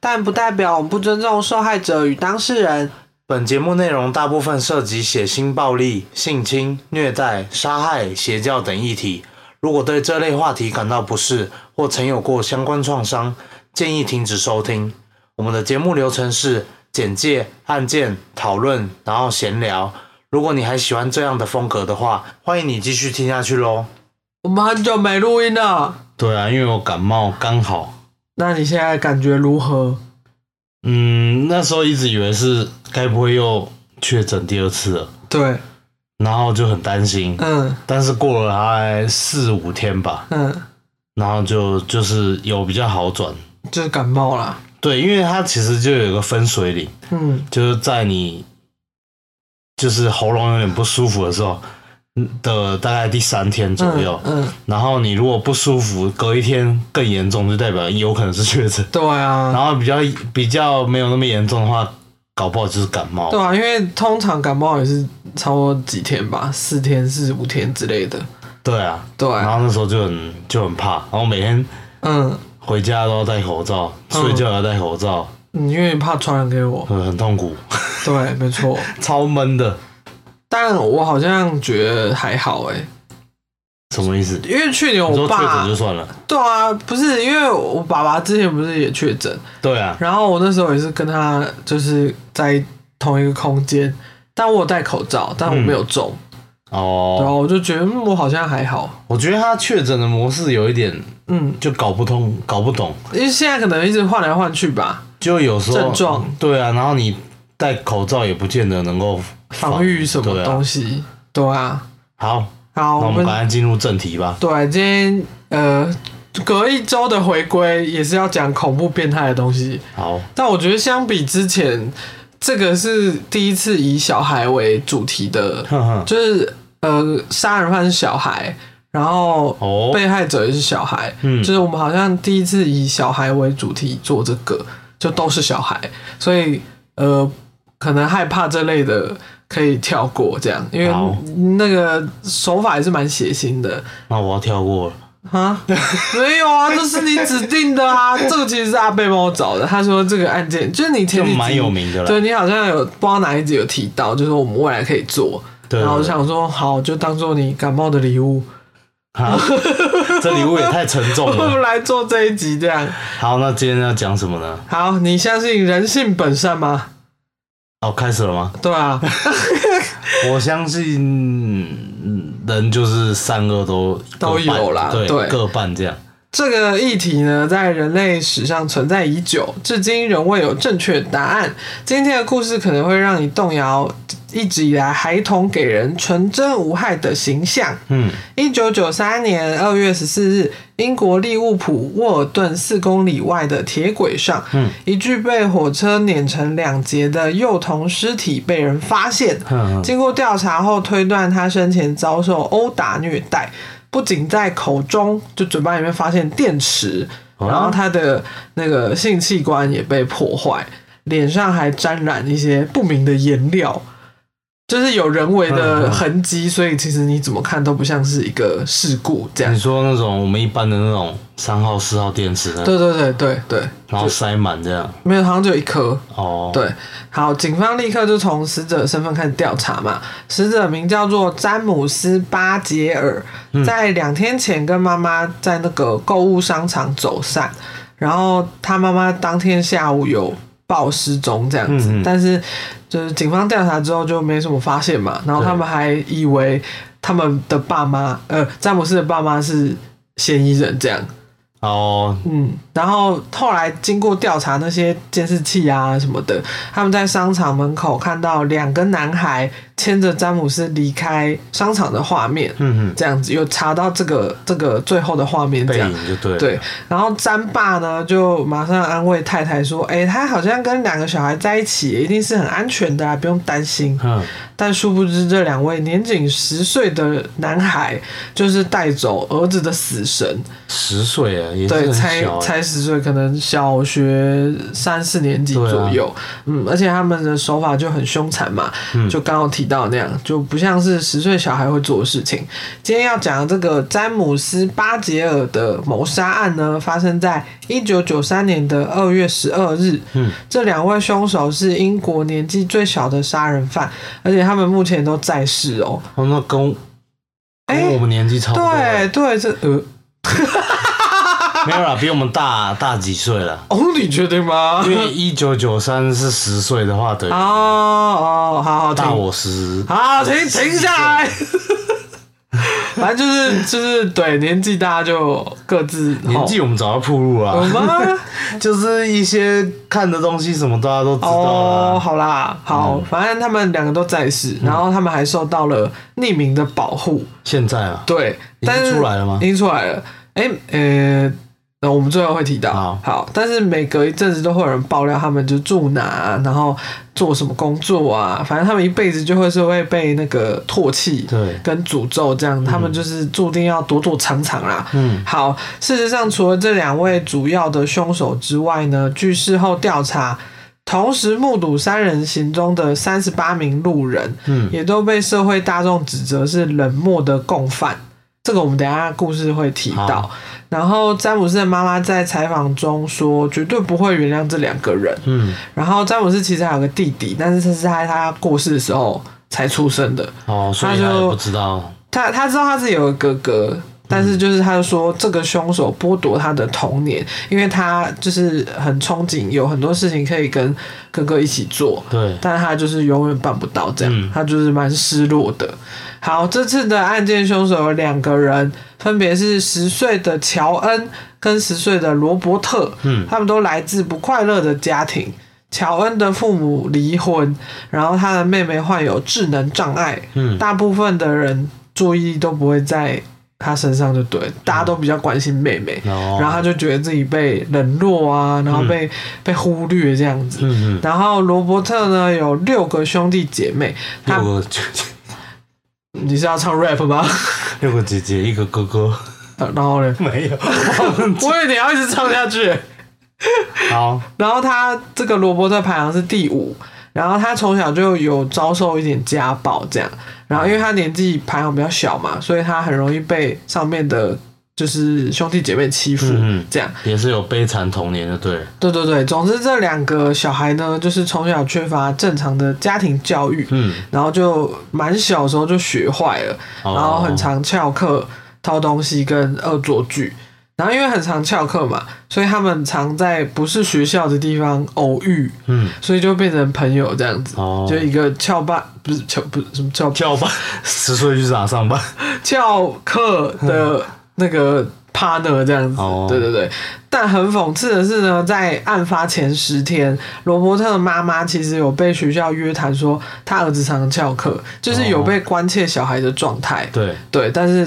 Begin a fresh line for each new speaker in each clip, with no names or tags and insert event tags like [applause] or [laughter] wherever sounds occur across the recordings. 但不代表我们不尊重受害者与当事人。
本节目内容大部分涉及血腥、暴力、性侵、虐待、杀害、邪教等议题。如果对这类话题感到不适，或曾有过相关创伤，建议停止收听。我们的节目流程是简介、案件、讨论，然后闲聊。如果你还喜欢这样的风格的话，欢迎你继续听下去喽。
我们很久没录音了，
对啊，因为我感冒刚好，
那你现在感觉如何？
嗯，那时候一直以为是该不会又确诊第二次了，
对，
然后就很担心。
嗯
但是过了大概四五天吧，
嗯，
然后就就是有比较好转。
就是感冒啦。
对，因为它其实就有一个分水岭，
嗯，
就是在你就是喉咙有点不舒服的时候嗯的大概第三天左右，
嗯，嗯
然后你如果不舒服，隔一天更严重，就代表有可能是确诊。
对啊，
然后比较比较没有那么严重的话，搞不好就是感冒。
对啊，因为通常感冒也是差不多几天吧，四天、四五天之类的。
对啊，
对啊
然后那时候就很就很怕，然后每天
嗯
回家都要戴口罩，
嗯
睡觉也要戴口罩，
嗯，因为怕传染给我。
很很痛苦，
对，没
[laughs]
错。
超闷的。
但我好像觉得还好哎、
什么意思？
因为去年
你
我
说确诊
爸
就算了，
对啊，不是因为我爸爸之前不是也确诊，
对啊，
然后我那时候也是跟他就是在同一个空间，但我有戴口罩，但我没有中，然
哦，
后我就觉得、嗯、我好像还好。
我觉得他确诊的模式有一点
嗯，
就搞不通、搞不懂，
因为现在可能一直换来换去吧，
就有时候
症状
对啊，然后你戴口罩也不见得能够
防御什么东
西。
西，对啊。
好，啊那
好，
我
我们
们赶快进入正题吧。
对今天呃隔一周的回归也是要讲恐怖变态的东西，
好， [laughs]
但我觉得相比之前，这个是第一次以小孩为主题的，
哼哼，
就是呃杀人犯是小孩，然后
哦
被害者也是小孩，
嗯
就是我们好像第一次以小孩为主题做这个，就都是小孩，所以呃，可能害怕这类的可以跳过这样，因为
好
那个手法也是蛮血腥的
那我要跳过了。
啊， [laughs] 没有啊，这是你指定
[laughs]
的啊，这个其实是阿贝帮我找的，他说这个案件就是你前
就
几集
蛮有名的啦
对你好像有不知道哪一集有提到，就是我们未来可以做。
对
然后我想说，好，就当做你感冒的礼物，
啊， [laughs] 这礼物也太沉重
我
了。
们 [laughs] 来做这一集这样。
好，那今天要讲什么呢？
好，你相信人性本善吗？
哦，开始了吗？
对啊， [laughs]
我相信嗯人就是善恶都
都
各半
有啦
对，
对
各半这样。
这个议题呢，在人类史上存在已久，至今仍未有正确答案。今天的故事可能会让你动摇一直以来孩童给人纯真无害的形象。
嗯，
一九九三年二月十四日，英国利物浦沃尔顿四公里外的铁轨上，
嗯
一具被火车碾成两截的幼童尸体被人发现。
哼哼
经过调查后，推断他生前遭受殴打虐待，不仅在口中就嘴巴里面发现电池，
啊
然后他的那个性器官也被破坏，脸上还沾染一些不明的颜料，就是有人为
嗯
的
嗯
痕迹，所以其实你怎么看都不像是一个事故这样
你。说那种我们一般的那种三号、四号电池呢，
对对对对对，
然后塞满这样。
没有，好像只有一颗。
哦，，
对，好，警方立刻就从死者身份开始调查嘛。死者名叫做詹姆斯·巴杰尔，
嗯
在两天前跟妈妈在那个购物商场走散，然后他妈妈当天下午有报失踪这样子，
嗯嗯
但是就是警方调查之后就没什么发现嘛，然后他们还以为他们的爸妈，呃，詹姆斯的爸妈是嫌疑人这样，
哦，
嗯，然后后来经过调查，那些监视器啊什么的，他们在商场门口看到两个男孩牵着詹姆斯离开商场的画面，
嗯嗯，
这样子有查到这个这个最后的画面这
背
样。
影就对了，
对，然后詹爸呢就马上安慰太太说：“哎、他好像跟两个小孩在一起，一定是很安全的啊，不用担心。”
嗯，
但殊不知，这两位年仅十岁的男孩就是带走儿子的死神，
十岁啊，也是
对，
很
才
小欸，
才十岁，可能小学三四年级
对啊嗯
左右，嗯，而且他们的手法就很凶残嘛，就刚刚提到那样，就不像是十岁小孩会做的事情。今天要讲的这个詹姆斯·巴杰尔的谋杀案呢，发生在一九九三年的二月十二日，
嗯，
这两位凶手是英国年纪最小的杀人犯，而且他们目前都在世哦。
哦，那跟
哎
跟我们年纪差不多欸，
对对，这呃，
没有啦，比我们大大几岁
[laughs]
了。
哦，你确定吗？
因为一九九三是十岁的话，等于
哦哦，好好
大
听
我十，
好，啊停停下哦来。 [laughs] 反正就是就是对年纪大家就各自
年纪我们早就铺路啊
哦有
了，
吗？
就是一些看的东西什么大家都知道啊
哦，
了。
好啦，好，反正他们两个都在世，然后他们还受到了匿名的保护。
现在啊，
对，
已经
但是
出来了吗
已经出来了。哎、呃，那我们最后会提到。
好
但是每隔一阵子都会有人爆料他们就住哪、啊然后做什么工作啊，反正他们一辈子就会是会被那个唾弃，
对
跟诅咒这样，他们就是注定要躲躲藏藏啦。
嗯，
好，事实上除了这两位主要的凶手之外呢，据事后调查。同时目睹三人行踪的三十八名路人，
嗯
也都被社会大众指责是冷漠的共犯。这个我们等一下故事会提到
好。
然后詹姆斯的妈妈在采访中说，绝对不会原谅这两个人。
嗯，
然后詹姆斯其实还有个弟弟，但是这是在他过世的时候才出生的。
哦，所以
他
还
就
不知道，
他他知道他自己有个哥哥，但是就是他就说这个凶手剥夺他的童年，因为他就是很憧憬有很多事情可以跟哥哥一起做，
对，
但他就是永远办不到这样，
嗯
他就是蛮失落的。好，这次的案件凶手有两个人，分别是十岁的乔恩跟十岁的罗伯特，
嗯
他们都来自不快乐的家庭。乔恩的父母离婚，然后他的妹妹患有智能障碍，
嗯
大部分的人注意力都不会在他身上，就对，
嗯
大家都比较关心妹妹，
哦
然后他就觉得自己被冷落啊，然后被、被忽略这样子。
嗯嗯嗯，
然后罗伯特呢有六个兄弟姐妹，他
六个 [laughs]
你是要唱 rap 吗？
六个姐姐，一个哥哥，
呃 [laughs] 然后
[laughs]
呢，
没有，
我以为你要一直唱下去。
好，
然后他这个罗伯特排行是第五，然后他从小就有遭受一点家暴这样，然后因为他年纪排行比较小嘛，所以他很容易被上面的就是兄弟姐妹欺负
嗯嗯
这样。
也是有悲惨童年的，对了，
对对对，总之这两个小孩呢，就是从小缺乏正常的家庭教育，
嗯，
然后就蛮小的时候就学坏了，
哦
然后很常翘课、偷东西跟恶作剧。然后因为很常翘课嘛，所以他们常在不是学校的地方偶遇，
嗯，
所以就变成朋友这样子。
哦，
就一个翘班不是翘不是什么翘
叫吧，十岁去哪上班？
翘课的那个 partner 这样子，
哦
对对对。但很讽刺的是呢，在案发前十天，罗伯特的妈妈其实有被学校约谈说，他儿子常常翘课，就是有
哦
被关切小孩的状态。
对，
对，但是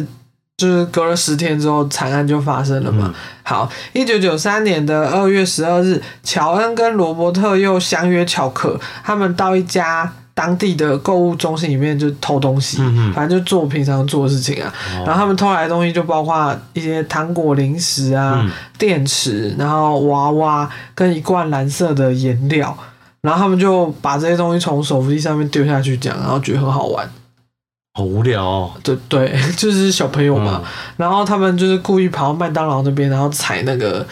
就是隔了十天之后，惨案就发生了嘛。
嗯
好，一九九三年的二月十二日，乔恩跟罗伯特又相约翘课，他们到一家。当地的购物中心里面就偷东西，
嗯嗯哦
反正就做平常做的事情啊。然后他们偷来的东西就包括一些糖果、零食啊、
嗯
电池，然后娃娃跟一罐蓝色的颜料。然后他们就把这些东西从手扶梯上面丢下去，这样，然后觉得很好玩。
好无聊哦，
对对， [laughs] 就是小朋友嘛。
嗯
然后他们就是故意跑到麦当劳那边，然后踩那个，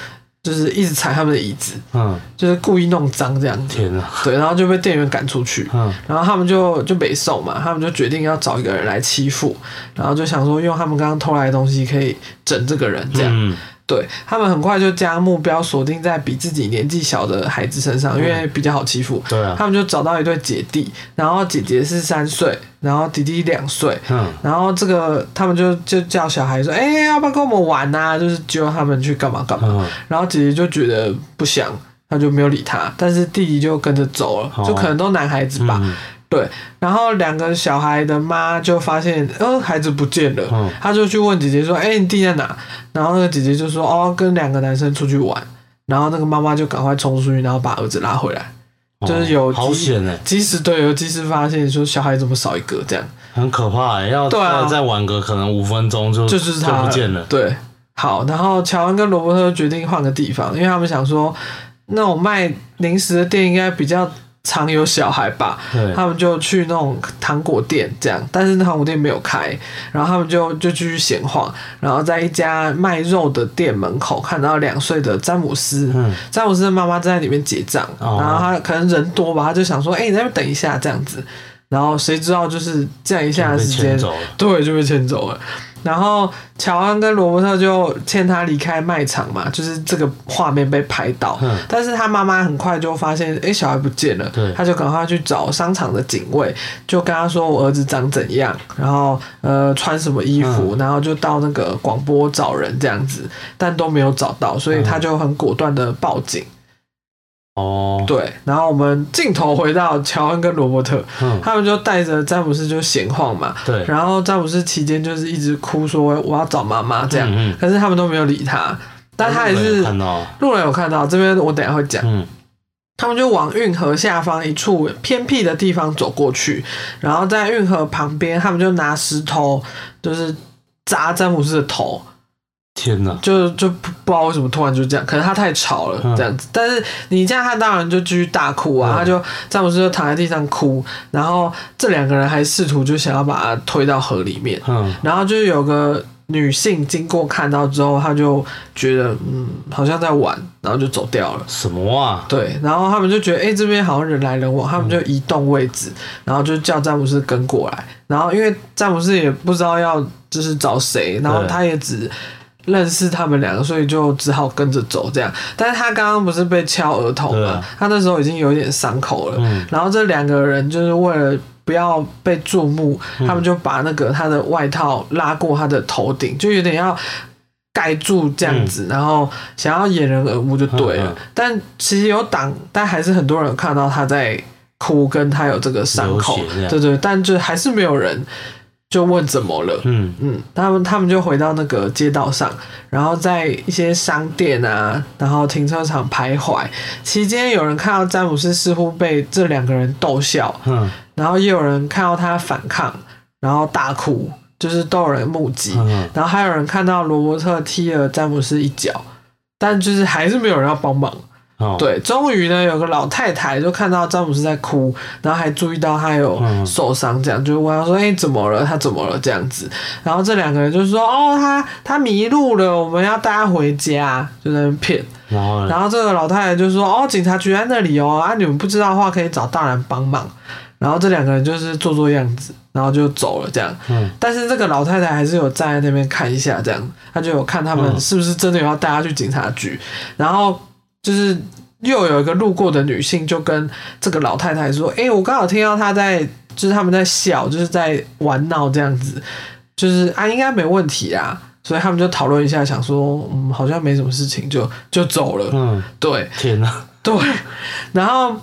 就是一直踩他们的椅子，
嗯，
就是故意弄脏这样子。
天哪，
对，然后就被店员赶出去。
嗯，
然后他们就就北送嘛，他们就决定要找一个人来欺负，然后就想说用他们刚刚偷来的东西可以整这个人这样。
嗯，
对他们很快就将目标锁定在比自己年纪小的孩子身上，因为比较好欺负。
对啊，
他们就找到一对姐弟，然后姐姐是三岁，然后弟弟两岁，
嗯，
然后这个他们就就叫小孩说：“哎、要不要跟我们玩呐、就是揪他们去干嘛干嘛。
嗯，
然后姐姐就觉得不想，她就没有理他。但是弟弟就跟着走了，
哦
就可能都男孩子吧。
嗯，
对，然后两个小孩的妈就发现，呃，孩子不见了，
嗯
她就去问姐姐说，哎、你弟在哪？然后那个姐姐就说，哦，跟两个男生出去玩。然后那个妈妈就赶快冲出去，然后把儿子拉回来，就是有
哦好
及
险哎，
及时对，有及时发现说小孩怎么少一个这样，
很可怕哎，要
对啊
要再晚个可能五分钟就
这就是他
不见了。
对，好，然后乔恩跟罗伯特决定换个地方，因为他们想说，那种卖零食的店应该比较常有小孩吧，
对，
他们就去那种糖果店这样，但是那糖果店没有开，然后他们就就继续闲晃，然后在一家卖肉的店门口看到两岁的詹姆斯，
嗯
詹姆斯的妈妈正在里面结账，
哦
然后他可能人多吧，他就想说，哎、你在那边等一下这样子，然后谁知道就是这样一下的
被
时间
牵，走了。
对，就被牵走了。然后乔安跟罗伯特就欠他离开卖场嘛，就是这个画面被拍到。
嗯
但是他妈妈很快就发现，诶，小孩不见了
对，
他就赶快去找商场的警卫，就跟他说我儿子长怎样，然后呃穿什么衣
嗯
服，然后就到那个广播找人这样子，但都没有找到，所以他就很果断的报警。
嗯哦，
对，然后我们镜头回到乔恩跟罗伯特，
嗯，
他们就带着詹姆斯就闲晃嘛，
对，
然后詹姆斯期间就是一直哭说我要找妈妈这样，
嗯嗯
可是他们都没有理他，但他也
路人有
是
看到，
路人有看到，这边我等一下会讲。
嗯，
他们就往运河下方一处偏僻的地方走过去，然后在运河旁边，他们就拿石头就是砸詹姆斯的头，
天哪，
就就不不知道为什么突然就这样，可能他太吵了
嗯
这样子。但是你这样，他当然就继续大哭啊，
嗯
他就詹姆斯就躺在地上哭，然后这两个人还试图就想要把他推到河里面。
嗯，
然后就是有个女性经过看到之后，她就觉得嗯，好像在玩，然后就走掉了。
什么啊？
对，然后他们就觉得，哎、这边好像人来人往，他们就移动位置，然后就叫詹姆斯跟过来。然后因为詹姆斯也不知道要就是找谁，然后
对
他也只认识他们两个，所以就只好跟着走这样。但是他刚刚不是被敲额头
对
嘛
啊，
他那时候已经有一点伤口了。
嗯
然后这两个人就是为了不要被注目，
嗯
他们就把那个他的外套拉过他的头顶，就有点要盖住这样子，然后想要掩人耳目就对
嗯
了。
嗯嗯
但其实有挡，但还是很多人有看到他在哭，跟他有这个伤口
流血这，样
对对，但就还是没有人就问怎么了。
嗯，
嗯，他们他们就回到那个街道上，然后在一些商店啊，然后停车场徘徊。期间有人看到詹姆斯似乎被这两个人逗笑，
嗯，
然后也有人看到他反抗，然后大哭，就是都有人目击。
嗯，
然后还有人看到罗伯特踢了詹姆斯一脚，但就是还是没有人要帮忙。
哦，
对，终于呢，有个老太太就看到詹姆斯在哭，然后还注意到他有
嗯
受伤，这样、就问他说：“哎、怎么了？他怎么了？”这样子，然后这两个人就说：“哦，他他迷路了，我们要带他回家。”就在那边骗。
然后呢，
然后这个老太太就说：“哦，警察局在那里哦，啊，你们不知道的话可以找大人帮忙。”然后这两个人就是做做样子，然后就走了这样。
嗯，
但是这个老太太还是有站在那边看一下，这样，她就有看他们
嗯
是不是真的有要带她去警察局，然后就是又有一个路过的女性就跟这个老太太说：“诶，我刚好听到她在，就是他们在笑，就是在玩闹这样子，就是啊，应该没问题啊。”所以他们就讨论一下，想说，嗯，好像没什么事情，就就走了。
嗯，
对，
天哪，
对，然后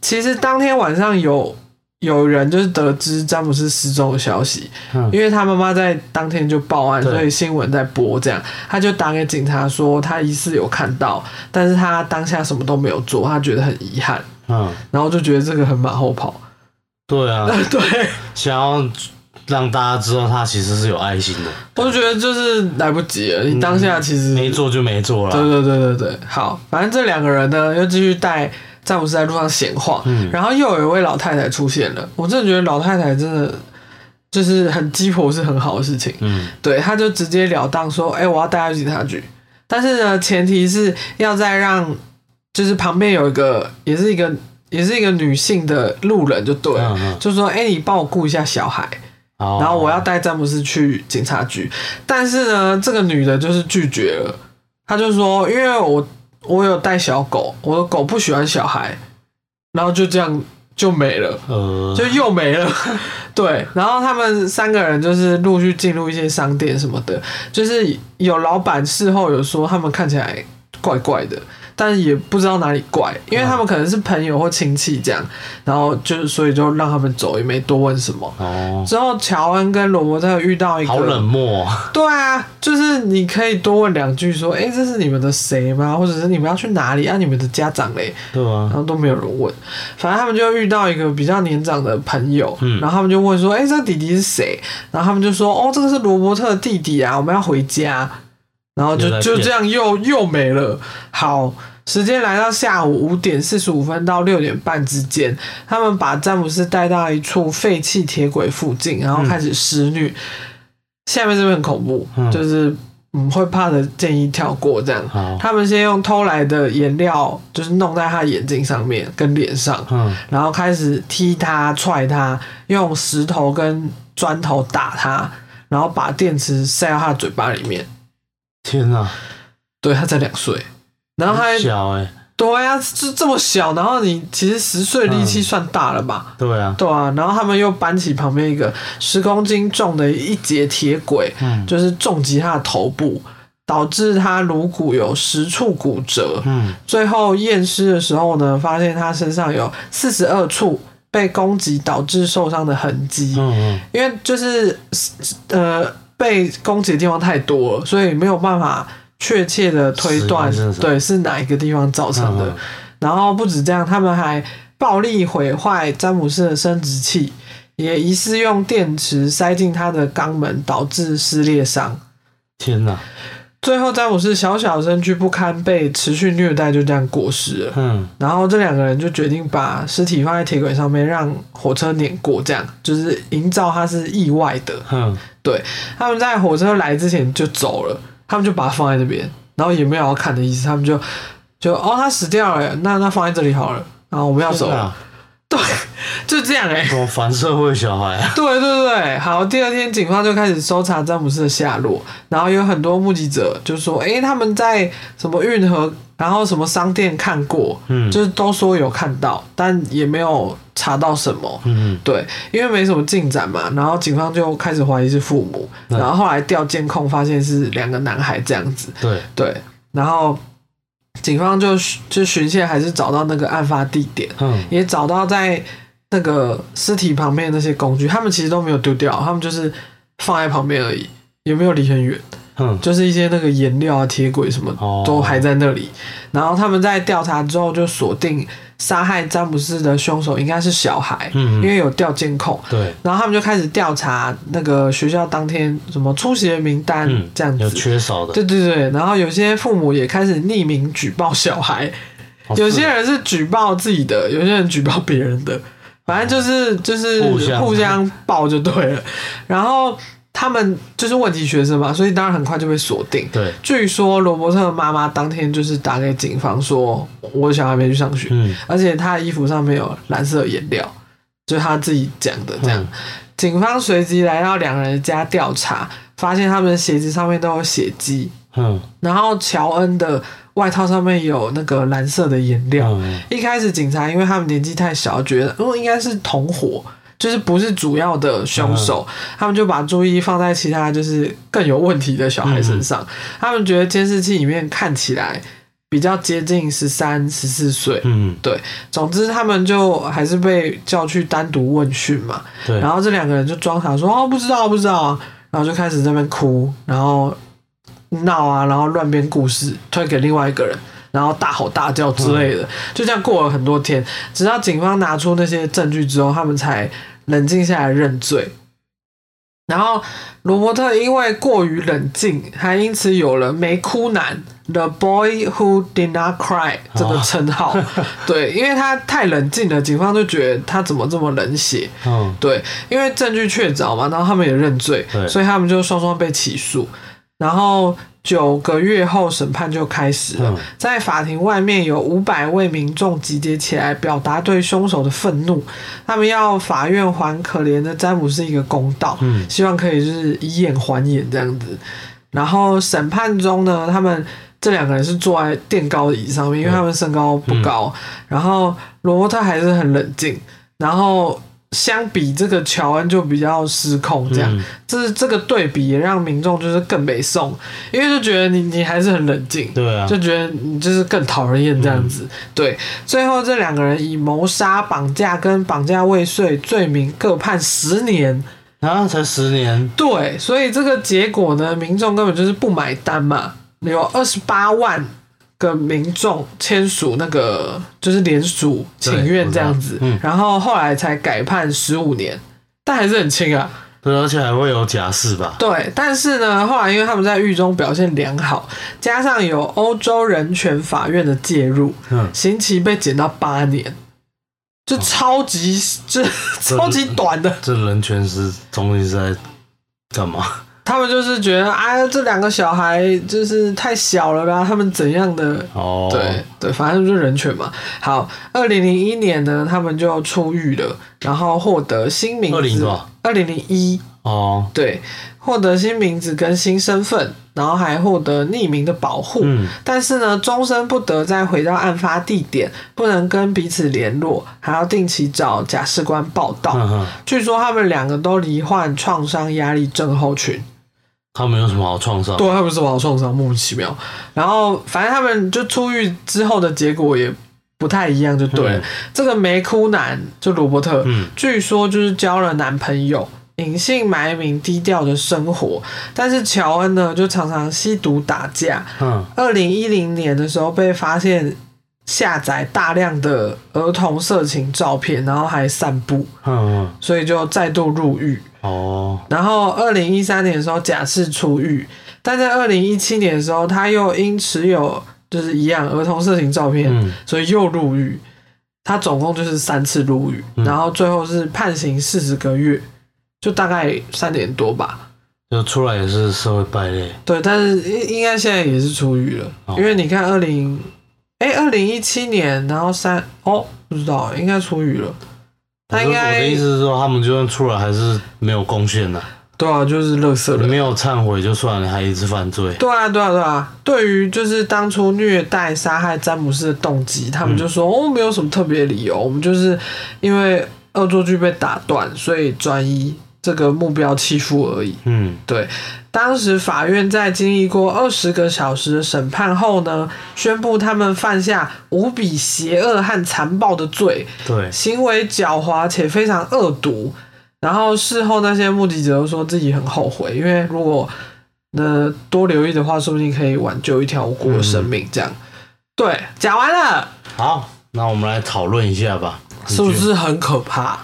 其实当天晚上有有人就是得知詹姆斯失踪的消息，
嗯
因为他妈妈在当天就报案，
对
所以新闻在播，这样他就打给警察说他疑似有看到，但是他当下什么都没有做，他觉得很遗憾，
嗯，
然后就觉得这个很马后炮，
对啊，
[laughs] 对
想要让大家知道他其实是有爱心的，
我就觉得就是来不及了，你当下其实、
没做啊就没做
嗯对
了，
对对对对，好，反正这两个人呢又继续带詹姆斯在路上闲晃，
嗯
然后又有一位老太太出现了，我真的觉得老太太真的就是很鸡婆是很好的事情，
嗯，
对，她就直截了当说，哎、我要带她去警察局，但是呢，前提是要再让就是旁边有一个也是一个也是一个女性的路人就对了，
嗯嗯
就说，哎、你帮我顾一下小孩，
然
然后我要带詹姆斯去警察局，但是呢，这个女的就是拒绝了，她就说，因为我我有带小狗，我的狗不喜欢小孩，然后就这样就没了，
呃，
就又没了， [laughs] 对，然后他们三个人就是陆续进入一些商店什么的，就是有老板事后有说他们看起来怪怪的，但也不知道哪里怪，因为他们可能是朋友或亲戚这样，然后就是所以就让他们走，也没多问什么。
哦，
之后乔恩跟罗伯特遇到一个
好冷漠、哦。
对啊，就是你可以多问两句，说，哎、这是你们的谁吗？或者是你们要去哪里？啊，你们的家长嘞？
对
然
啊，
后都没有人问，反正他们就遇到一个比较年长的朋友，
嗯
然后他们就问说，哎、这弟弟是谁？然后他们就说，哦，这个是罗伯特的弟弟啊，我们要回家。然后就
又在
就
骗
这样又又没了。好，时间来到下午五点四十五分到六点半之间，他们把詹姆斯带到一处废弃铁轨附近，然后开始施虐。下面这边很恐怖，
嗯
就是嗯会怕的建议跳过这样。
好，
他们先用偷来的颜料，就是弄在他眼睛上面跟脸上，
嗯，
然后开始踢他、踹他，用石头跟砖头打他，然后把电池塞到他的嘴巴里面。
天哪、
对他才两岁，然后他还
很小哎、
对啊，就这么小，然后你其实十岁力气算大了吧？
对啊，
对啊，然后他们又搬起旁边一个十公斤重的一节铁轨，
嗯
就是重击他的头部，导致他颅骨有十处骨折。
嗯，
最后验尸的时候呢，发现他身上有四十二处被攻击导致受伤的痕迹，
嗯
因为就是呃被攻击的地方太多了，所以没有办法确切的推断
死因是什么
对是哪一个地方造成的。
嗯嗯
然后不止这样，他们还暴力毁坏詹姆斯的生殖器，也疑似用电池塞进他的肛门，导致撕裂伤。
天哪、
最后，詹姆斯小小身躯不堪被持续虐待，就这样过世了。
嗯，
然后这两个人就决定把尸体放在铁轨上面，让火车碾过，这样就是营造它是意外的。
哼，
对，他们在火车来之前就走了，他们就把它放在那边，然后也没有要看的意思，他们就就哦，他死掉了耶，那那放在这里好了，然后我们要走
天
了，
哪
对，就这样哎、
什么啊反社会小孩啊？
[laughs] 对对对，好，第二天警方就开始搜查詹姆斯的下落，然后有很多目击者就说，诶、他们在什么运河，然后什么商店看过，
嗯
就是都说有看到，但也没有查到什么。
嗯，
对，因为没什么进展嘛，然后警方就开始怀疑是父母，
嗯
然后后来调监控发现是两个男孩这样子，
对，
对，然后警方就就循线还是找到那个案发地点，
嗯
也找到在那个尸体旁边的那些工具，他们其实都没有丢掉，他们就是放在旁边而已，也没有离很远，
哼，
就是一些那个颜料啊、铁轨什么
嗯哦
都还在那里。然后他们在调查之后就锁定杀害詹姆斯的凶手应该是小孩，
嗯
因为有调监控。
对，
然后他们就开始调查那个学校当天什么出席的名单
嗯，
这样
有
子，
缺少的，
对对对。然后有些父母也开始匿名举报小孩，
哦
有些人是举报自己的，有些人举报别人的，反正就是就是
互相
互相报就对了。然后他们就是问题学生嘛，所以当然很快就被锁定。
对，
据说罗伯特的妈妈当天就是打给警方说，我小孩没去上学，
嗯
而且他的衣服上面有蓝色颜料，就是他自己讲的这样。
嗯
警方随即来到两人的家调查，发现他们的鞋子上面都有血迹，
嗯
然后乔恩的外套上面有那个蓝色的颜料。
嗯
一开始警察因为他们年纪太小，觉得嗯应该是同伙，就是不是主要的凶手，他们就把注意放在其他就是更有问题的小孩身上。他们觉得监视器里面看起来比较接近十三、十四岁。
嗯，
对，总之他们就还是被叫去单独问讯嘛。
对，
然后这两个人就装傻说哦不知道不知道，然后就开始在那边哭，然后闹啊，然后乱编故事推给另外一个人，然后大吼大叫之类的，就这样过了很多天，直到警方拿出那些证据之后，他们才冷静下来认罪。然后罗伯特因为过于冷静，还因此有了“没哭男 ”（The Boy Who Did Not Cry） 这个称号。对，因为他太冷静了，警方就觉得他怎么这么冷血。
嗯
对，因为证据确凿嘛，然后他们也认罪，
对
所以他们就双双被起诉。然后九个月后审判就开始了，
嗯
在法庭外面有五百位民众集结起来，表达对凶手的愤怒，他们要法院还可怜的詹姆斯一个公道，
嗯
希望可以就是以眼还眼这样子。然后审判中呢，他们这两个人是坐在垫高椅上面，
嗯
因为他们身高不高。然后罗伯特还是很冷静，然后相比这个乔恩就比较失控，这样，
嗯
这是这个对比也让民众就是更北宋，因为就觉得你你还是很冷静，
对啊嗯
就觉得你就是更讨人厌这样子。对，最后这两个人以谋杀、绑架跟绑架未遂罪名各判十年。
啊，才十年，
对，所以这个结果呢，民众根本就是不买单嘛。有二十八万个民众签署那个就是联署请愿这样子，
对我知道嗯
然后后来才改判十五年，但还是很轻啊。
对，而且还会有假释吧？
对，但是呢，后来因为他们在狱中表现良好，加上有欧洲人权法院的介入，
嗯，
刑期被减到八年，就超级、就 [laughs] 超级短的。
这人权是中心是在干嘛？
他们就是觉得，哎，这两个小孩就是太小了啦，他们怎样的？
哦，
对，对，反正就是人权嘛。好，二零零一年呢，他们就出狱了，然后获得新名
20
字
多少。
二零零一，
哦，
对，获得新名字跟新身份，然后还获得匿名的保护。
嗯
但是呢，终身不得再回到案发地点，不能跟彼此联络，还要定期找假释官报道。
嗯哼，
据说他们两个都罹患创伤压力症候群。
他们有什么好创伤？
对他们有什么好创伤，莫名其妙。然后反正他们就出狱之后的结果也不太一样，就对了。
嗯
这个梅哭男就罗伯特，
嗯
据说就是交了男朋友。隐姓埋名、低调的生活，但是乔恩呢，就常常吸毒打架。
嗯，
二零一零年的时候被发现下载大量的儿童色情照片，然后还散布，
嗯嗯，
所以就再度入狱。
哦，
然后二零一三年的时候假释出狱，但在二零一七年的时候，他又因持有就是一样儿童色情照片，
嗯
所以又入狱。他总共就是三次入狱，
嗯
然后最后是判刑四十个月，就大概三年多吧。
就出来也是社会败类，
对，但是应应该现在也是出狱了，
哦
因为你看二零，哎，二零一七年，然后三哦，不知道，应该出狱了。他应
我的
该
意思是说，他们就算出来还是没有贡献的，
对啊，就是乐色人
没有忏悔就算了，还一直犯罪。
对啊，对啊，对啊。对于就是当初虐待、杀害詹姆斯的动机，他
嗯
们就说、哦，没有什么特别理由，我们就是因为恶作剧被打断，所以专一这个目标欺负而已。
嗯，
对，当时法院在经历过二十个小时的审判后呢，宣布他们犯下无比邪恶和残暴的罪，
对，
行为狡猾且非常恶毒。然后事后那些目击者都说自己很后悔，因为如果呃多留意的话，说不定可以挽救一条无辜的生命。这样，对，讲完了，
好，那我们来讨论一下吧。
是不是很可怕？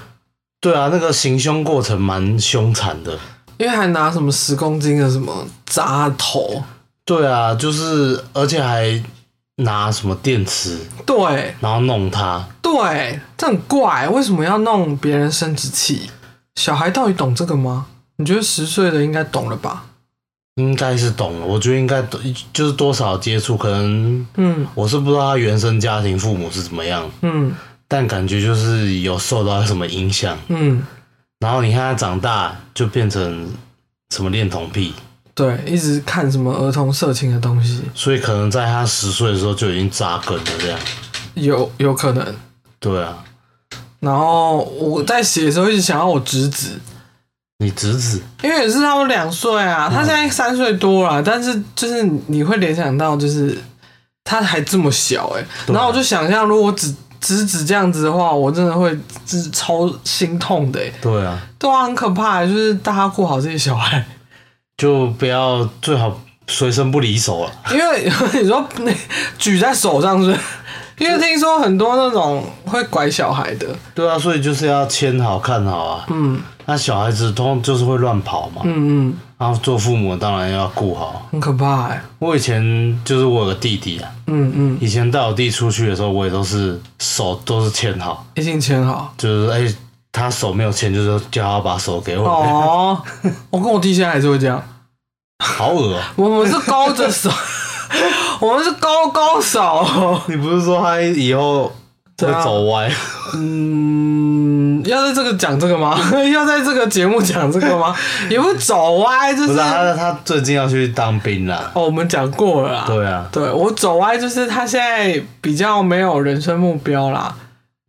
对啊，那个行凶过程蛮凶残的。
因为还拿什么十公斤的什么砸头，
对啊，就是而且还拿什么电池，
对
然后弄他。
对，这很怪，为什么要弄别人生殖器？小孩到底懂这个吗？你觉得十岁的应该懂了吧？
应该是懂了，我觉得应该懂就是多少接触，可能
嗯
我是不知道他原生家庭父母是怎么样，
嗯
但感觉就是有受到什么影响。
嗯，
然后你看他长大就变成什么恋童癖，
对，一直看什么儿童色情的东西。
所以可能在他十岁的时候就已经扎根了这样。
有有可能。
对啊，
然后我在写的时候一直想要我侄子，
你侄子
因为也是他们两岁
嗯
啊，他现在三岁多了，但是就是你会联想到就是他还这么小哎、
对啊
然后我就想象如果只侄子这样子的话，我真的会就是超心痛的哎、
对啊，
对啊，很可怕、就是大家顾好自己小孩， [laughs]
就不要最好随身不离手啊了。
因为 [laughs] 你说那举在手上是不是。因为听说很多那种会拐小孩的，
对啊，所以就是要牵好看好啊。
嗯
那小孩子通常就是会乱跑嘛，
嗯嗯，
然后做父母的当然要顾好。
很可怕哎、
我以前就是我有个弟弟啊，
嗯嗯，
以前带我弟出去的时候，我也都是手都是牵好，
一定签好。
就是哎、他手没有牵，就是叫他把手给我，
哦，我跟我弟现在还是会这样，
好恶哦、
我们是勾着手， [laughs] 我们是勾勾手。
[laughs] 你不是说他以后会走歪？
嗯，要在这个讲这个吗？ [laughs] 要在这个节目讲这个吗？也不走歪，就
不
是
是、啊，他他最近要去当兵啦。
哦，我们讲过了啦。
[laughs] 对啊，
对我走歪就是他现在比较没有人生目标啦，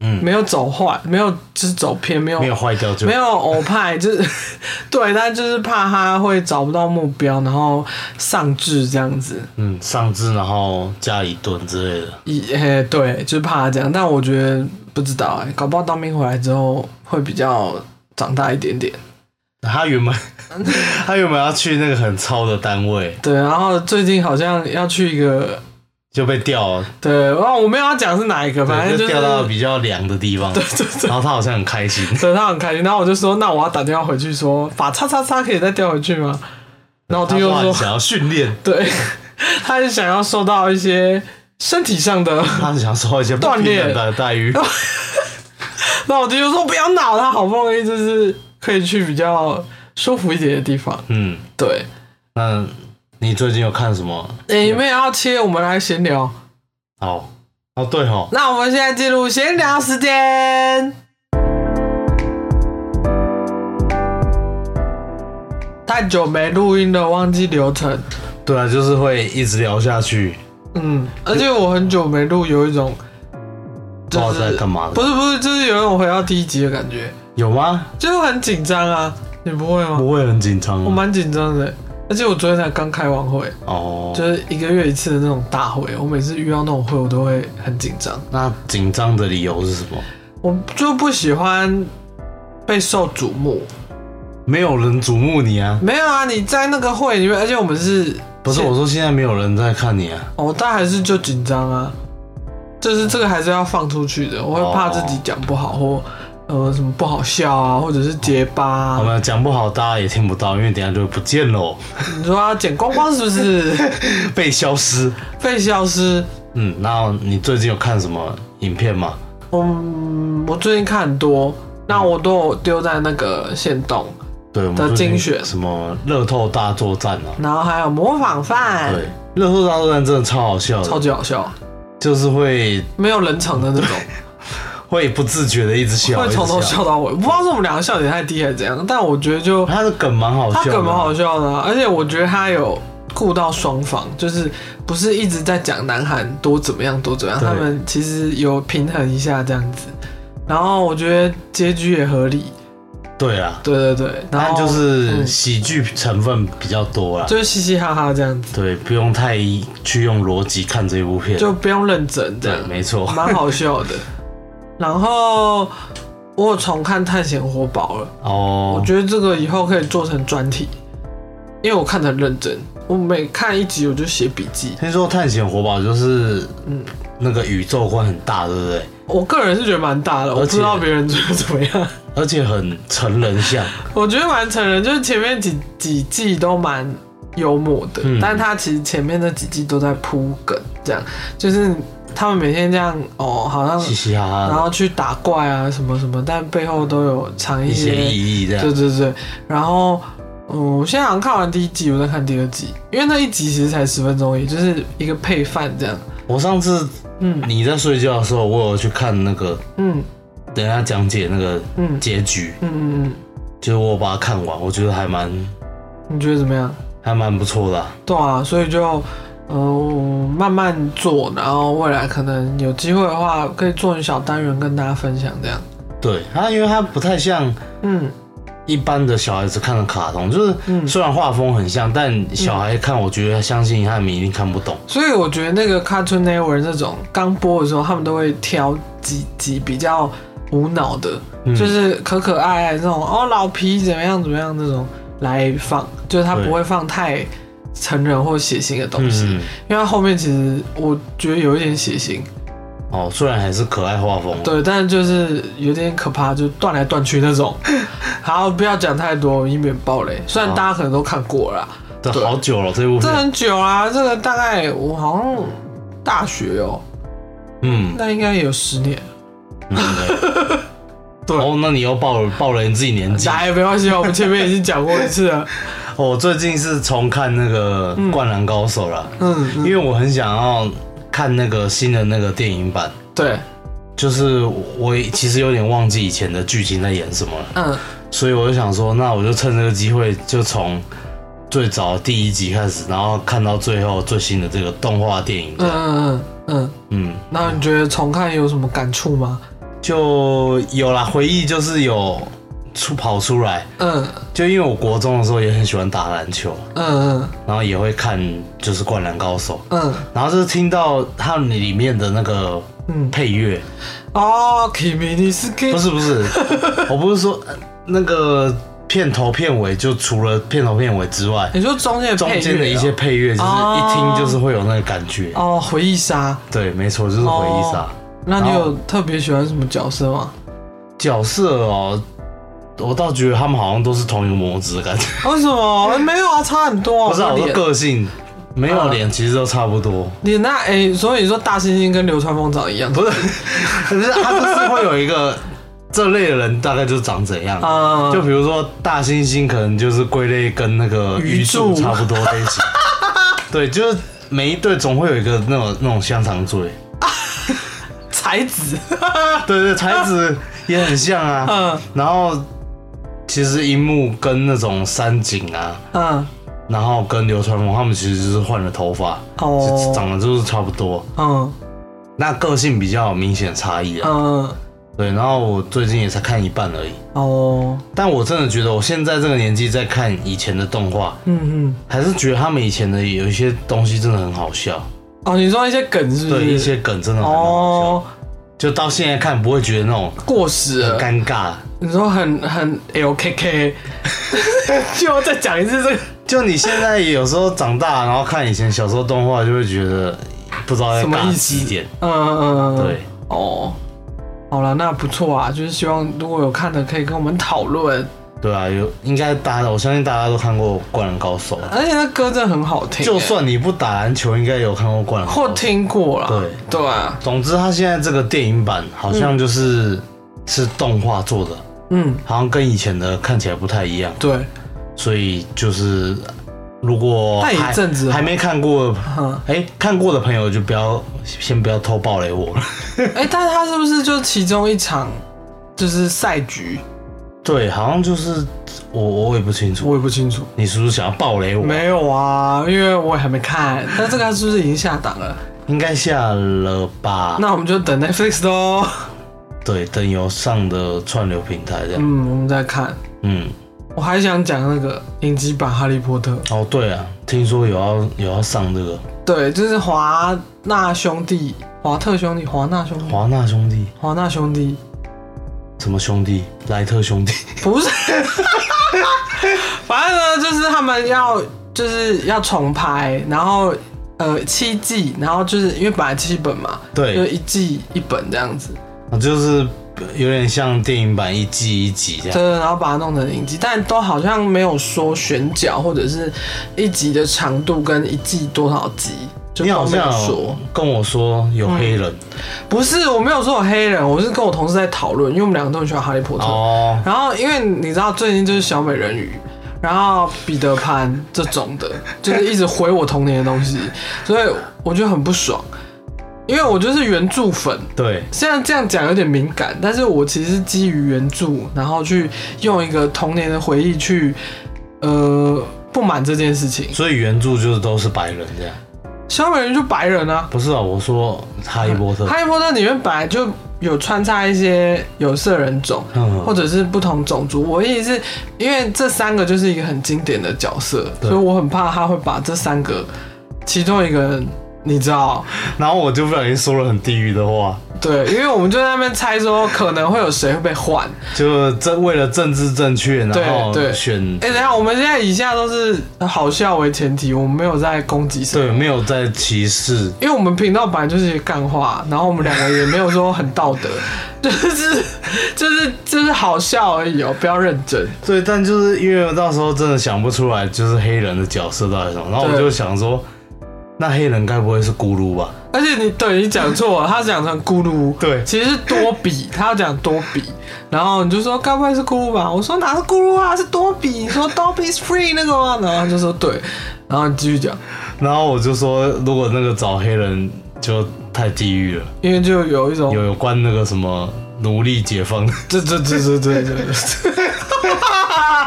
嗯
没有走坏，没有就是走偏，没有
没有坏掉就
没有偶派，就是 [laughs] 对，但就是怕他会找不到目标，然后丧志这样子。
嗯上肢，然后加一顿之类的。
一诶、对，就是怕他这样。但我觉得不知道哎、搞不好当兵回来之后会比较长大一点点。
他原本 [laughs] 他原本要去那个很糙的单位，
对，然后最近好像要去一个，
就被调，
对，哦，我没有要讲是哪一个，反正
对，
就是
调到比较凉的 [laughs] 地方。
对对对
然后他好像很开心，
对他很开心。然后我就说，那我要打电话回去说，把叉叉叉可以再调回去吗？然后我
他
弟就
他很
说，
想要训练，
对，他是想要受到一些身体上的。
他很想受一些不
锻
平
炼
等的待遇。
那我弟就说不要闹，他好不容易就是可以去比较舒服一点的地方。
嗯，
对，
那你最近有看什么？
诶，你们也要切，我们来闲聊。
哦哦对哦，
那我们现在进入闲聊时间。太久没录音了，忘记流程。
对啊，就是会一直聊下去，
嗯，而且我很久没录，有一种
不知道在干嘛的
不是不是，就是有一种回到第一集的感觉，
有吗？
就是很紧张啊。你不会吗？
不会很紧张
我
吗？
蛮紧张的，而且我昨天才刚开完会，
哦，
就是一个月一次的那种大会。我每次遇到那种会，我都会很紧张。
那紧张的理由是什么？
我就不喜欢被受瞩目。
没有人瞩目你啊！
没有啊，你在那个会里面，而且我们是
不是
现
我说，现在没有人在看你啊！
哦，但还是就紧张啊，就是这个还是要放出去的。我会怕自
哦
己讲不好或呃什么不好笑啊，或者是结巴、
好
啊。
们讲不好，大家也听不到，因为等一下就会不见喽，
你说要剪光光是不是？
[laughs] 被消失。
被消失。
嗯，那你最近有看什么影片吗？
嗯，我最近看很多，那我都有丢在那个线洞，
对，我们
的
最近
精选
什么乐透大作战啊？
然后还有模仿犯，
对，乐透大作战真的嗯超好笑的，
超级好笑，
就是会
没有冷场的
[laughs]
那种。
会不自觉的一直笑，
会从头
一直笑。
笑到尾，不知道是我们两个笑点太低还是怎样，但我觉得就
他的梗蛮好笑
他
的，
梗蛮好笑的啊、而且我觉得他有顾到双方，就是不是一直在讲南韩多怎么样多怎么样，
对
他们其实有平衡一下这样子。然后我觉得结局也合理，
对啊，
对对对，然
但
后
就是
嗯
喜剧成分比较多啦。
就是嘻嘻哈哈这样子，
对，不用太去用逻辑看这部片，
就不用认真这
对
样，，
没错。
[laughs] 蛮好笑的。然后我有重看《探险活宝》了。
哦
我，觉得这个以后可以做成专题，因为我看得很认真，我每看一集我就写笔记。
听说探险活宝就是
嗯
那个宇宙观很大，对不对？
我个人是觉得蛮大的，我不知道别人觉得怎么样。 [laughs]
而且很成人像，
我觉得蛮成人，就是前面几几季都蛮幽默的，
嗯
但他其实前面那几季都在铺梗，这样就是他们每天这样哦，好像
嘻嘻哈哈
然
的，
后去打怪啊什么什么，但背后都有藏
一
一
些
些
意义这
对
样。
对对，然后嗯，我现在好像看完第一集，我在看第二集，因为那一集其实才十分钟而已，也就是一个配饭这样。
我上次
嗯
你在睡觉的时候，我有去看那个，
嗯
等一下讲解那个
嗯
结局，
嗯嗯嗯，
就是我把它看完，我觉得还蛮
你觉得怎么样？
还蛮不错的啊、
对啊，所以就嗯慢慢做，然后未来可能有机会的话，可以做成小单元跟大家分享这样。
对，它啊因为它不太像
嗯
一般的小孩子看的卡通，就是
嗯
虽然画风很像，但小孩看，我觉得相信他们一定看不懂。
所以我觉得那个 Cartoon Network 这种刚播的时候，他们都会挑几集比较无脑的，
嗯
就是可可爱爱那种哦，老皮怎么样怎么样那种来放，就是他
对
不会放太成人或血腥的东西，
嗯，
因为他后面其实我觉得有一点血腥，
哦，虽然还是可爱画风，
对，但是就是有点可怕，就断来断去那种。 [laughs] 好，不要讲太多，以免暴雷。虽然
好
大家可能都看过了啦，
这
对
好久了这部
这
片，
很久啊，这个大概我好像大学哦、
嗯，
那应该也有十年。 [laughs]
嗯对。
对
哦，那你又暴了暴了你自己年纪。
哎
哦
来，没关系，我们前面已经讲过一次
[laughs]
了。
我最近是重看那个《灌篮高手》了，
嗯，
因
嗯
为我很想要看那个新的那个电影版，
对，
就是我其实有点忘记以前的剧情在演什么了。
嗯
所以我就想说，那我就趁这个机会，就从最早第一集开始，然后看到最后最新的这个动画电影
嗯。嗯嗯嗯。
嗯，
那你觉得重看有什么感触吗？
就有啦，回忆就是有出跑出来，
嗯
就因为我国中的时候也很喜欢打篮球，
嗯
然后也会看就是《灌篮高手》，
嗯
然后就是听到他们里面的那个
嗯
配乐，
哦，Kimi 你是 K
不是不是，我不是说呃那个片头片尾，就除了片头片尾之外，
你说中间的
中
配乐
间的一
哦
些配乐，就是一听
哦
就是会有那个感觉。
哦回忆杀，
对，没错，就是回忆杀。
哦那你
然后
有特别喜欢什么角色吗？
角色哦，我倒觉得他们好像都是同一个模子的感觉。
为什么没有啊？差很多啊！
不是、啊，我说
脸
个性，没有脸其实都差不多。
脸那哎，所以你说大猩猩跟流川枫长一样，不是
可是他就是会有一个这类的人大概就长怎样。
啊？
就比如说大猩猩，可能就是归类跟那个
鱼
鱼
柱
柱差不多类型。对，就是每一队总会有一个那种那种香肠嘴。
才
[laughs]
子，
对对，才子也很像啊。
嗯
然后其实樱木跟那种山井啊，
嗯
然后跟流川枫他们其实就是换了头发，就
哦
长得就是差不多，
嗯
那个性比较有明显差异啊。
嗯
对，然后我最近也才看一半而已，
哦
但我真的觉得我现在这个年纪在看以前的动画，
嗯嗯
还是觉得他们以前的有一些东西真的很好笑，
哦，你说一些梗是不
对
是？
一些梗真的很好笑，
哦
就到现在看不会觉得那种
过时
很
了，
尴尬。
你说很很哎 LKK，就再讲一次这个
就你现在有时候长大，然后看以前小时候动画，就会觉得不知道在
什么
尬
意
几
思
点。？
嗯嗯嗯，嗯
对，
哦，好了，那不错啊，就是希望如果有看的可以跟我们讨论，
对啊，有应该大家，我相信大家都看过《灌篮高手》，
而且哎那歌真的很好听欸，
就算你不打篮球，应该有看过《灌篮
或
高手》。
听过啦，
对
对啊，
总之，他现在这个电影版好像就是、是动画做的，
嗯，
好像跟以前的看起来不太一样，
对，
所以就是如果
那也
还
一阵子哦
还没看过的，
嗯，
哎、看过的朋友就不要先不要偷暴雷我了。
[laughs] 哎、但是他是不是就其中一场就是赛局？
对，好像就是我我也不清楚，
我也不清楚，
你是不是想要暴雷我？
没有啊，因为我也还没看。那这个他是不是已经下档了？
应该下了吧？
那我们就等 Netflix 喽。
对，等有上的串流平台这样。
嗯，我们再看。
嗯，
我还想讲那个影集版《哈利波特》，
哦对啊，听说有要有要上这个
对，就是华纳兄弟、华特兄弟、华纳兄弟、
华纳兄弟，
华纳兄弟，
什么兄弟，莱特兄弟， [laughs]
不 [laughs] 是，反正呢，就是他们要就是要重拍，然后呃七季，然后就是因为本来七本嘛，就
对，
一季一本这样子，
啊就是有点像电影版一季一集这
对，
样。
然后把它弄成影集，但都好像没有说选角或者是一集的长度跟一季多少集，就
你
都
好
没有
像有
说。
跟我说有黑人、
不是，我没有说我黑人，我是跟我同事在讨论，因为我们两个都很喜欢哈利波特。
哦，
然后因为你知道最近就是小美人鱼，然后彼得潘这种的，就是一直毁我童年的东西，所以我就很不爽，因为我就是原著粉。
对，
虽然这样讲有点敏感，但是我其实是基于原著，然后去用一个童年的回忆去，呃，不满这件事情。
所以原著就是都是白人这样。
小美人鱼就白人啊，
不是啊，我说哈利波特，
哈利波特里面本来就有穿插一些有色人种，
嗯
或者是不同种族。我意思是，因为这三个就是一个很经典的角色，
对
所以我很怕他会把这三个其中一个，你知道，
然后我就不小心说了很地狱的话，
对，因为我们就在那边猜说可能会有谁会被换。
就政为了政治正确，然后
对对
选
哎、等一下，我们现在以下都是好笑为前提，我们没有在攻击谁。
对，没有在歧视，
因为我们频道本来就是干话，然后我们两个也没有说很道德， [laughs] 就是就是就是好笑而已哦，不要认真。
对，但就是因为我到时候真的想不出来，就是黑人的角色到底是什么，然后我
对
就想说，那黑人该不会是咕噜吧？
而且你对你讲错了，他讲成咕噜，
对
其实是多比，他要讲多比，然后你就说该不会是咕噜吧？我说哪是咕噜啊，是多比。你说多比 is free 那个吗？然后他就说对，然后你继续讲，
然后我就说，如果那个找黑人就太地狱了，
因为就有一种
有有关那个什么奴隶解放，
哦这这这这这这，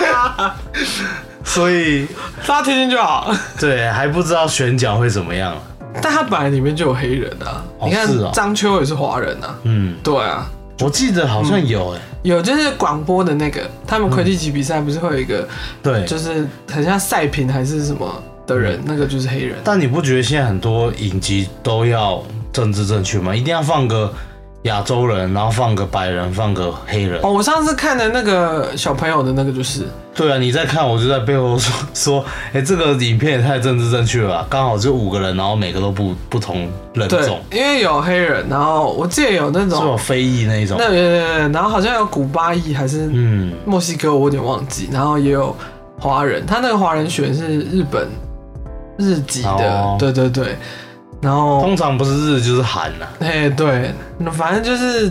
[laughs] 所以
大家听听就好。 [laughs]
对还不知道选角会怎么样。
但他本来里面就有黑人啊，
哦
你看
是哦
张秋也是华人啊，
嗯，
对啊，
我记得好像有哎、
有就是广播的那个，他们魁地奇比赛不是会有一个，
嗯对，嗯
就是很像赛评还是什么的人，那个就是黑人。
但你不觉得现在很多影集都要政治正确吗？一定要放个亚洲人，然后放个白人，放个黑人。
哦，我上次看的那个小朋友的那个就是，
对啊，你在看，我就在背后说说，哎、这个影片也太政治正确了吧，刚好就五个人，然后每个都不不同人
对
种，，
因为有黑人，然后我记得有那
是
种
有，非裔那一种。
那有有有有然后好像有古巴裔还是
嗯，
墨西哥，我有点忘记，然后也有华人，他那个华人选是日本日籍的，
哦
对对对，然后
通常不是日就是韩啊呐、
哎，对，那反正就是，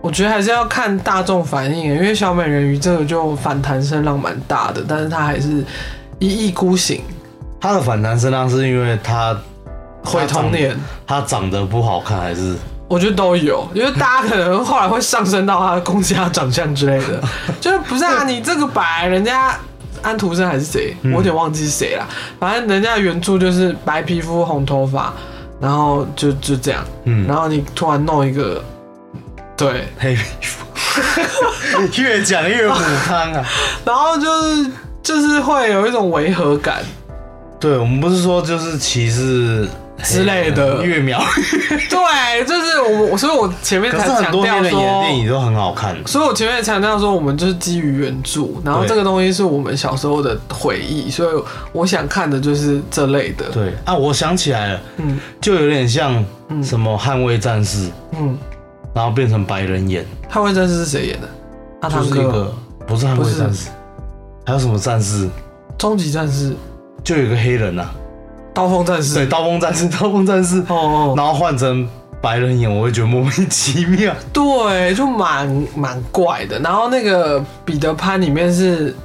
我觉得还是要看大众反应，因为小美人鱼这个就反弹声浪蛮大的，但是它还是一意孤行，
他的反弹声浪是因为他
毁童年，
他长得不好看，还是
我觉得都有，因为大家可能后来会上升到他的攻击他长相之类
[laughs]
的，就是不是啊？你这个白人家。安徒生还是谁？
嗯
我有点忘记是谁了。反正人家原著就是白皮肤红头发，然后就就这样。
嗯
然后你突然弄一个，对，
黑皮肤？ [laughs] 越讲越母汤啊！
然后就是就是会有一种违和感，
对我们不是说就是歧视
之类的
越
[laughs]
描越，
对，就是我我，所以我前面
可
才
是很
强
多黑
调
人演的电影
说，
都很好看。
所以我前面强调说，我们就是基于原著，然后
对
这个东西是我们小时候的回忆，所以我想看的就是这类的，
对啊，我想起来了，
嗯
就有点像什么捍卫战士，
嗯，
然后变成白人演，
捍卫战士是谁演的？阿
就
汤
是一
哥，
个不是捍卫战士，还有什么战士？
终极战士，
就有一个黑人呐、啊，
刀锋战
对，
士，
刀锋战士， [laughs] 刀锋战士，
哦哦，
然后换成白人演，我会觉得莫名其妙。
对，就蛮蛮怪的。然后那个彼得潘里面是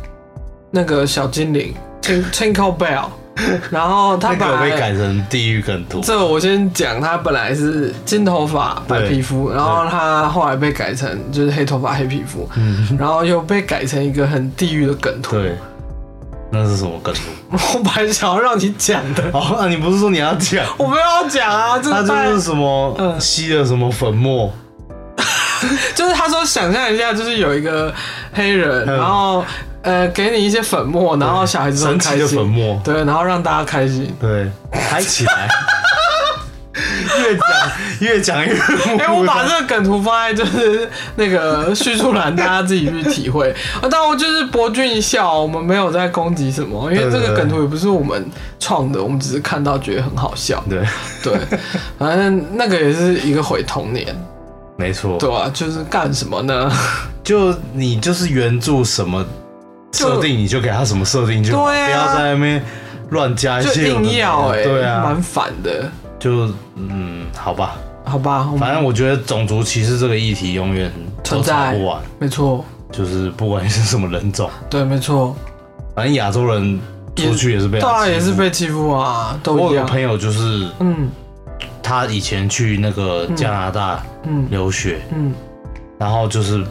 那个小精灵 Tinkle Bell，然后他
那
本
个
来
被改成地狱梗图，
这我先讲，他本来是金头发白
对
皮肤，然后他后来被改成就是黑头发黑皮肤，
嗯，
然后又被改成一个很地狱的梗图。
对，那是什么梗图？
我本来想要让你讲
[laughs]
的，
哦，那你不是说你要讲？
我没有要讲啊，这
他
个
就
太
是什么
嗯
吸了什么粉末，
就是他说想象一下，就是有一个黑人，
嗯
然后呃给你一些粉末，然后小孩子都很
神
开
奇的粉
心，
末，
对，然后让大家开心。
对，抬起来。越讲 [laughs] 越讲越模糊 [laughs]
哎、我把这个梗图放在就是那个叙述栏，大家自己去体会。 [laughs] 啊，但我就是博君一笑，我们没有在攻击什么，因为
对
这
对
个
对
梗图也不是我们创的，我们只是看到觉得很好
[laughs]
笑。
对，
对，反正那个也是一个毁童年，
没错，
对吧、就是干什么呢？
就你就是原著什么设定，你就给他什么设定就好，
对啊
不要在那边乱加一
就
些有的没的。
硬要哎、
对啊
蛮，烦的。
就嗯，好吧，
好吧，我们
反正我觉得种族歧视这个议题永远都
存在
吵不完，
没错，
就是不管是什么人种，
对，没错，
反正亚洲人出去也是被
当
他
然
欺
也
负
是。被欺负啊，
我
都一
有个
样。
朋友就是
嗯
他以前去那个加拿大
嗯
留学，
嗯，
然后就是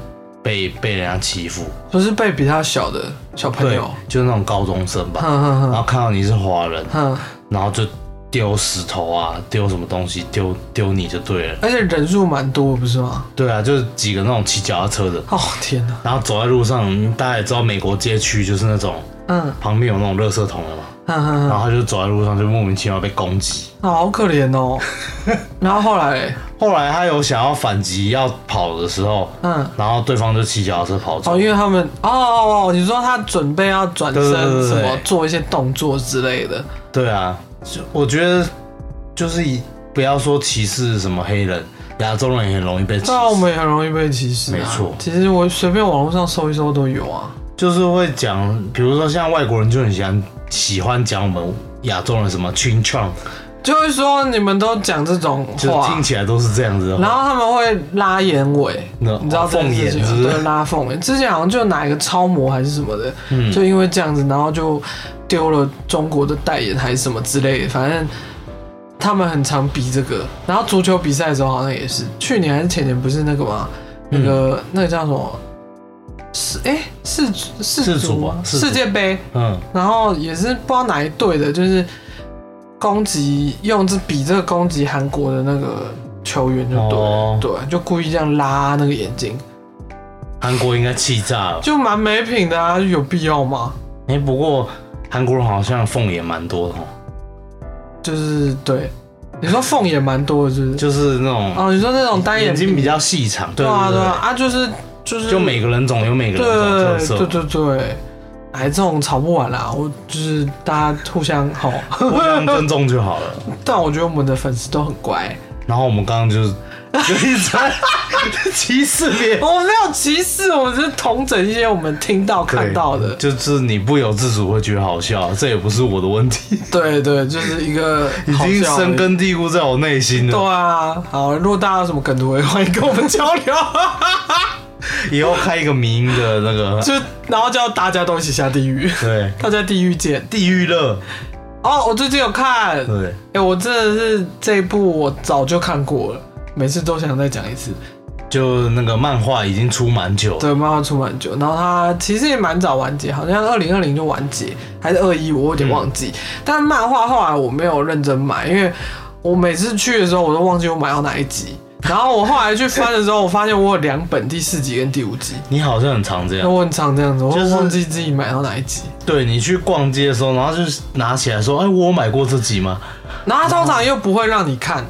被被人家欺负，
不是被比他小的小朋
对啊
友，，嗯
就那种高中生吧，
哼哼
然
哼
后看到你是华人，
哼。
然后就丢石头啊，丢什么东西，丢丢你就对了。
而且人数蛮多，不是吗？
对啊，就是几个那种骑脚踏车的，
哦天哪，
然后走在路上，大家也知道美国街区就是那种
嗯
旁边有那种垃圾桶的嘛，
嗯嗯，
然
嗯
后他就走在路上就莫名其妙被攻击。
好可怜
[laughs]
哦。然后后来，
后来他有想要反击要跑的时候，
嗯，
然后对方就骑脚踏车跑走
哦，。因为他们，哦哦哦，你说他准备要转身，
对对对对
什么
对
做一些动作之类的，
对啊，就我觉得就是以不要说歧视什么黑人，亚洲人也很容易被歧视。
啊那我们也很容易被歧视、啊。
没错
其实我随便网络上搜一搜都有啊。
就是会讲，比如说像外国人就很喜欢喜欢讲我们亚洲人什么 chin c h o n
就会说你们都讲这种
就是
话
听，起来都是这样子的话。
然后他们会拉眼尾，
那
你知道
哦
这件
凤眼
事情吗
是不
对
是？
拉凤眼，之前好像就哪一个超模还是什么的，
嗯
就因为这样子，然后就丢了中国的代言还是什么之类的，反正他们很常比这个。然后足球比赛的时候好像也是，去年还是前年不是那个嘛，那
嗯
个、那个叫什么？是哎、世世
世足
足
啊世足
世界杯，
嗯，
然后也是不知道哪一队的，就是攻击用这比这个攻击韩国的那个球员就对了，
哦
对，就故意这样拉那个眼睛，
韩国应该气炸了。
就蛮没品的啊，有必要吗？
哎、不过韩国人好像凤也蛮多的哦，
就是对，你说缝也蛮多的，是
[laughs]
不是？
就是那种、
哦，你说那种单
眼
皮
睛比较细长，对
对
对
啊
对
对啊啊，就是就是
就每个人总有每个人总特
对对
色，
对对，哎，这种吵不完啦，我就是大家互相吼，
互相尊重就好了。
[laughs] 但我觉得我们的粉丝都很乖，
然后我们刚刚就是就一直在 [laughs] 歧视别人，
[laughs] 我哦们没有歧视，我们只是统整一些我们听到看到的，
就是你不由自主会觉得好笑，这也不是我的问题，
对对，就是一个
[laughs] 已
[laughs] 好
经
笑而已
深。根蒂固在我内心
对
了。
啊，好，如果大家有什么梗图，也欢迎跟我们交流。 [laughs]
以后开一个民营的那个，
[laughs] 就然后叫大家都一起下地狱，
对，
大家地狱见。
地狱乐，
哦，我最近有看，哎、
对，
我真的是这一部我早就看过了，每次都想再讲一次。
就那个漫画已经出蛮久了，
对，漫画出蛮久，然后它其实也蛮早完结，好像二零二零就完结，还是二一，我有点忘记。
嗯
但漫画后来我没有认真买，因为我每次去的时候我都忘记我买到哪一集。然后我后来去翻的时候，我发现我有两本，第四集跟第五集。
你好像很常这
那
样，
我很常这样子，我
嗯
会
就是
忘记自己买到哪一集。
对你去逛街的时候，然后就是拿起来说，哎，我有买过这集吗？
然后它通常又不会让你看。
嗯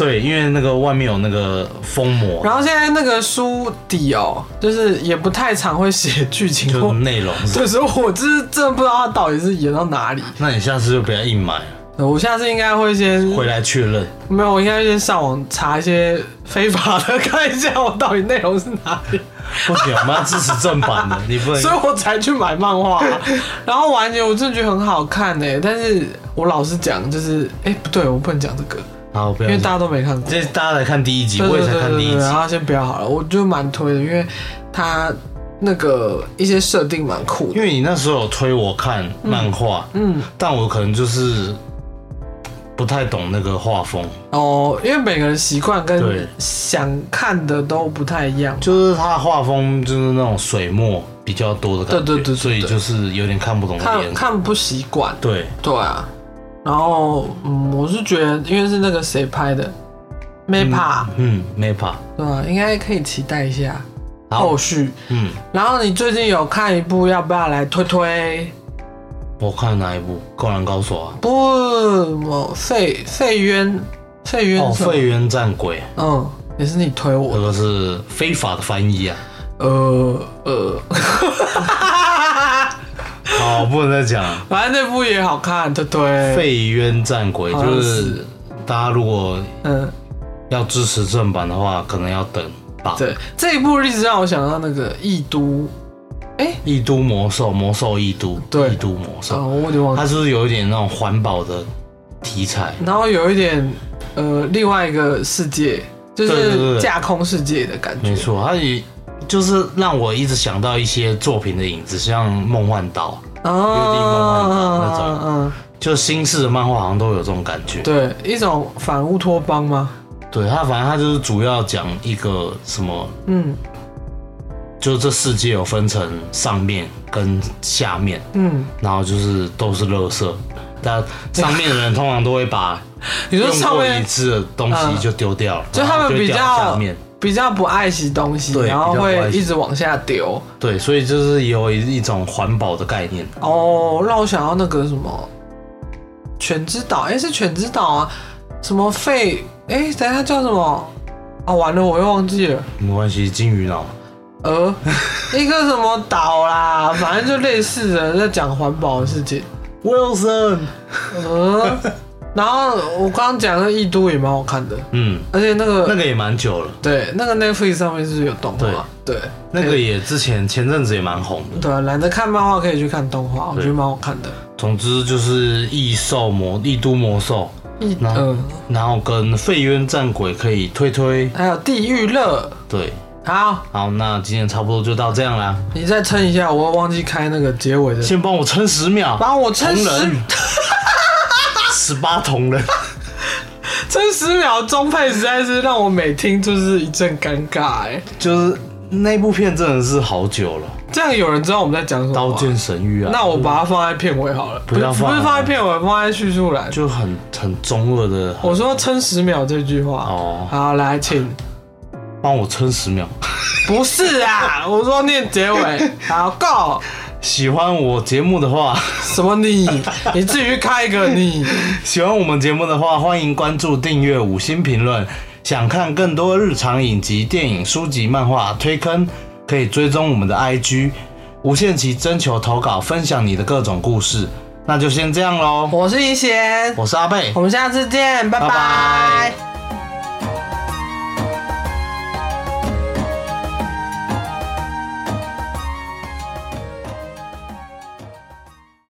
对，因为那个外面有那个封膜，
然后现在那个书底哦，就是也不太常会写剧情
就
或
是内容是。
对，所以我 [laughs] 就是真的不知道它到底是演到哪里。
那你下次就不要硬买，
我下次应该会先
回来确认。
没有，我应该先上网查一些非法的，看一下我到底内容是哪里，
不行，我们要支持正版的，你不能
所以我才去买漫画、啊然后完结我真的觉得很好看呢、但是我老实讲，就是哎、不对，我不能讲这个，
好，不
因
要
为
讲。
大家都没看过。
这大家来看第一集，
对
哎我
对
也才
对
看
对
第一
对，
集
然，后先不要好了，我就蛮推的，因为它那个一些设定蛮酷
因
的。
为你那时候有推我看漫画，
嗯，
但我可能就是不太懂那个画风，
哦，因为每个人习惯跟
对
想看的都不太一样。
就是他画风就是那种水墨比较多的感觉，
对对对对对
所以就是有点看不懂的
看
颜色。
看不习惯，
对，
对啊，然后嗯，我是觉得因为是那个谁拍的，MAPA，、
嗯，MAPA，
对吧、应该可以期待一下后
好，
续。
嗯，
然后你最近有看一部，要不要来推推？
我看哪一部《灌篮高手》啊？
不，我费费渊，费渊
哦，
是什么
废渊战鬼，
嗯，也是你推
这
我，
个是非法的翻译啊！
呃呃， [laughs]
好，不能再讲 [laughs] 了。
反正那部也好看，推推，
废渊战鬼
好像
就是大家如果
嗯，
要支持正版的话，可能要等吧。
对，这一部一直让我想到那个《异都》，
异都魔兽，魔兽异都，
对
异都魔兽，
啊，我有点忘记
它是不是有一点那种环保的题材？
然后有一点呃，另外一个世界，就
对对
是
对
架空世界的感觉。
没错，它也就是让我一直想到一些作品的影子，像《梦幻岛
啊
那种
嗯，》，
就新式的漫画好像都有这种感觉。
对，一种反乌托邦吗？
对，它反正它就是主要讲一个什么，
嗯
就是这世界有分成上面跟下面，
嗯，
然后就是都是垃圾。但上面的人通常都会把
你说
用
上
过一
面嗯
次的东西就丢掉了，
就他
然后
们比
会掉到下
较
面
比较不爱惜东西，
对
然
比
后
较不
会
爱惜
一直往下丢。
对，所以就是有一一种环保的概念。
哦，让我想到那个什么全之岛，哎、是全之岛啊？什么废？哎、等一下叫什么？啊，完了，我又忘记了。
没关系，金鱼脑 [laughs]
呃，一个什么岛啦，反正就类似的，在讲环保的事情。
Wilson， [laughs]
呃，然后我刚刚讲的《异都》也蛮好看的，
嗯，
而且那个、
那个也蛮久了，
对那个 Netflix 上面是有动画，对
那个也之前前阵子也蛮红的。
对啊，懒得看漫画可以去看动画，我
对
觉得蛮好看的。
总之就是异兽魔、异都魔兽，
异
然后、
嗯、
然后跟废渊战鬼可以推推。
还有《地狱乐
对，》。
好，
好，那今天差不多就到这样啦，
你再撑一下，我忘记开那个结尾的，
先帮我撑十秒，
帮我撑
同
十
人，十八铜 [laughs] 人。
[laughs] 撑十秒钟配，实在是让我每听就是一阵尴尬哎、
就是那部片真的是好久了，
这样有人知道我们在讲什么
刀
吗？
剑神域啊，
那我把它放在片尾好了，
不要
是不
放
是
啊
放在片尾，放在叙述栏。
就很很中二的，
我说撑十秒这句话。
哦
好，来，请。
帮我撑十秒。
不是啊，我说念结尾。好，Go。
喜欢我节目的话， [laughs]
什么你？你自己去开一个你。
喜欢我们节目的话，欢迎关注、订阅、五星评论。想看更多日常影集、电影、书籍、漫画推坑，可以追踪我们的 IG，无限期征求投稿，分享你的各种故事。那就先这样喽，
我是一贤，
我是阿贝，
我们下次见，拜
拜
拜
拜